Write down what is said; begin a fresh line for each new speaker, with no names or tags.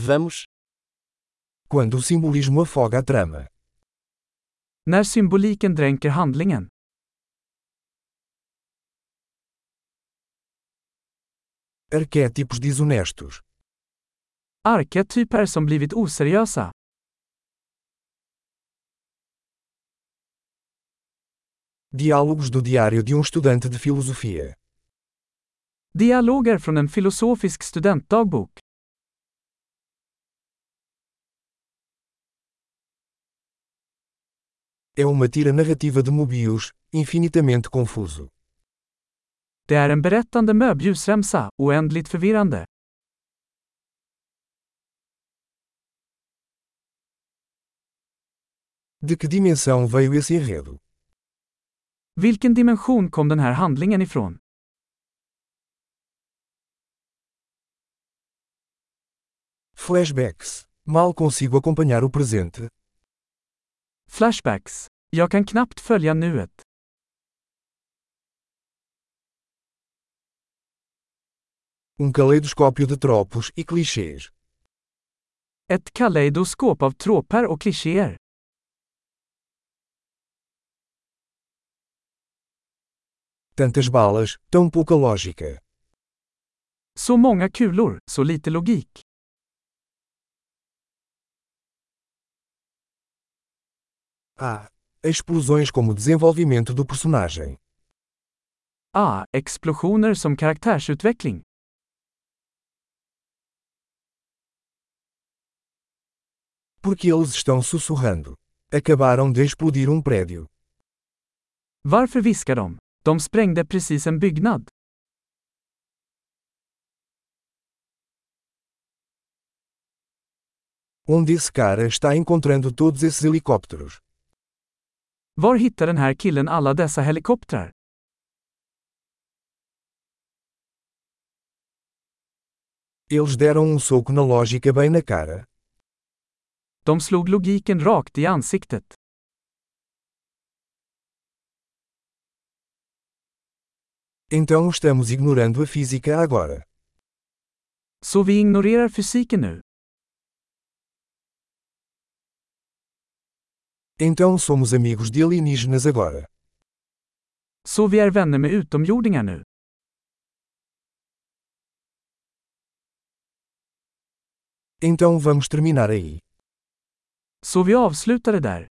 Vamos.
Quando o simbolismo afoga a trama.
När symboliken dränker handlingen.
Arquétipos desonestos.
Arketyper som blivit oseriösa.
Diálogos do diário de um estudante de filosofia.
Dialoger från en filosofisk studentdagbok.
É uma tira narrativa de Mobius, infinitamente confuso.
Det är en berättande möbiusremsa, oändligt förvirrande.
De que dimensão veio esse enredo?
Vilken dimension kom den här handlingen ifrån?
Flashbacks. Mal consigo acompanhar o presente.
Flashbacks. Jag kan knappt följa nuet.
Um caleidoscópio de tropos e clichês.
Ett kaleidoskop av tråper och klichéer.
Tantas balas, tão pouca lógica.
Så många kulor, så lite logik.
Ah, explosões como desenvolvimento do personagem.
Ah, explosioner som karaktärsutveckling.
Porque eles estão sussurrando. Acabaram de explodir um prédio.
Varför viskar de? De sprängde precis en byggnad.
Onde esse cara está encontrando todos esses helicópteros?
Var hittar den här killen alla dessa helikoptrar?
Eles deram um soco na lógica bem na cara.
De slog logiken rakt i ansiktet.
Então estamos ignorando a física agora.
Så vi ignorerar fysiken nu.
Então somos amigos de alienígenas agora.
Så vi är vänner med utomjordingar nu.
Então vamos terminar aí.
Så vi avslutar det där.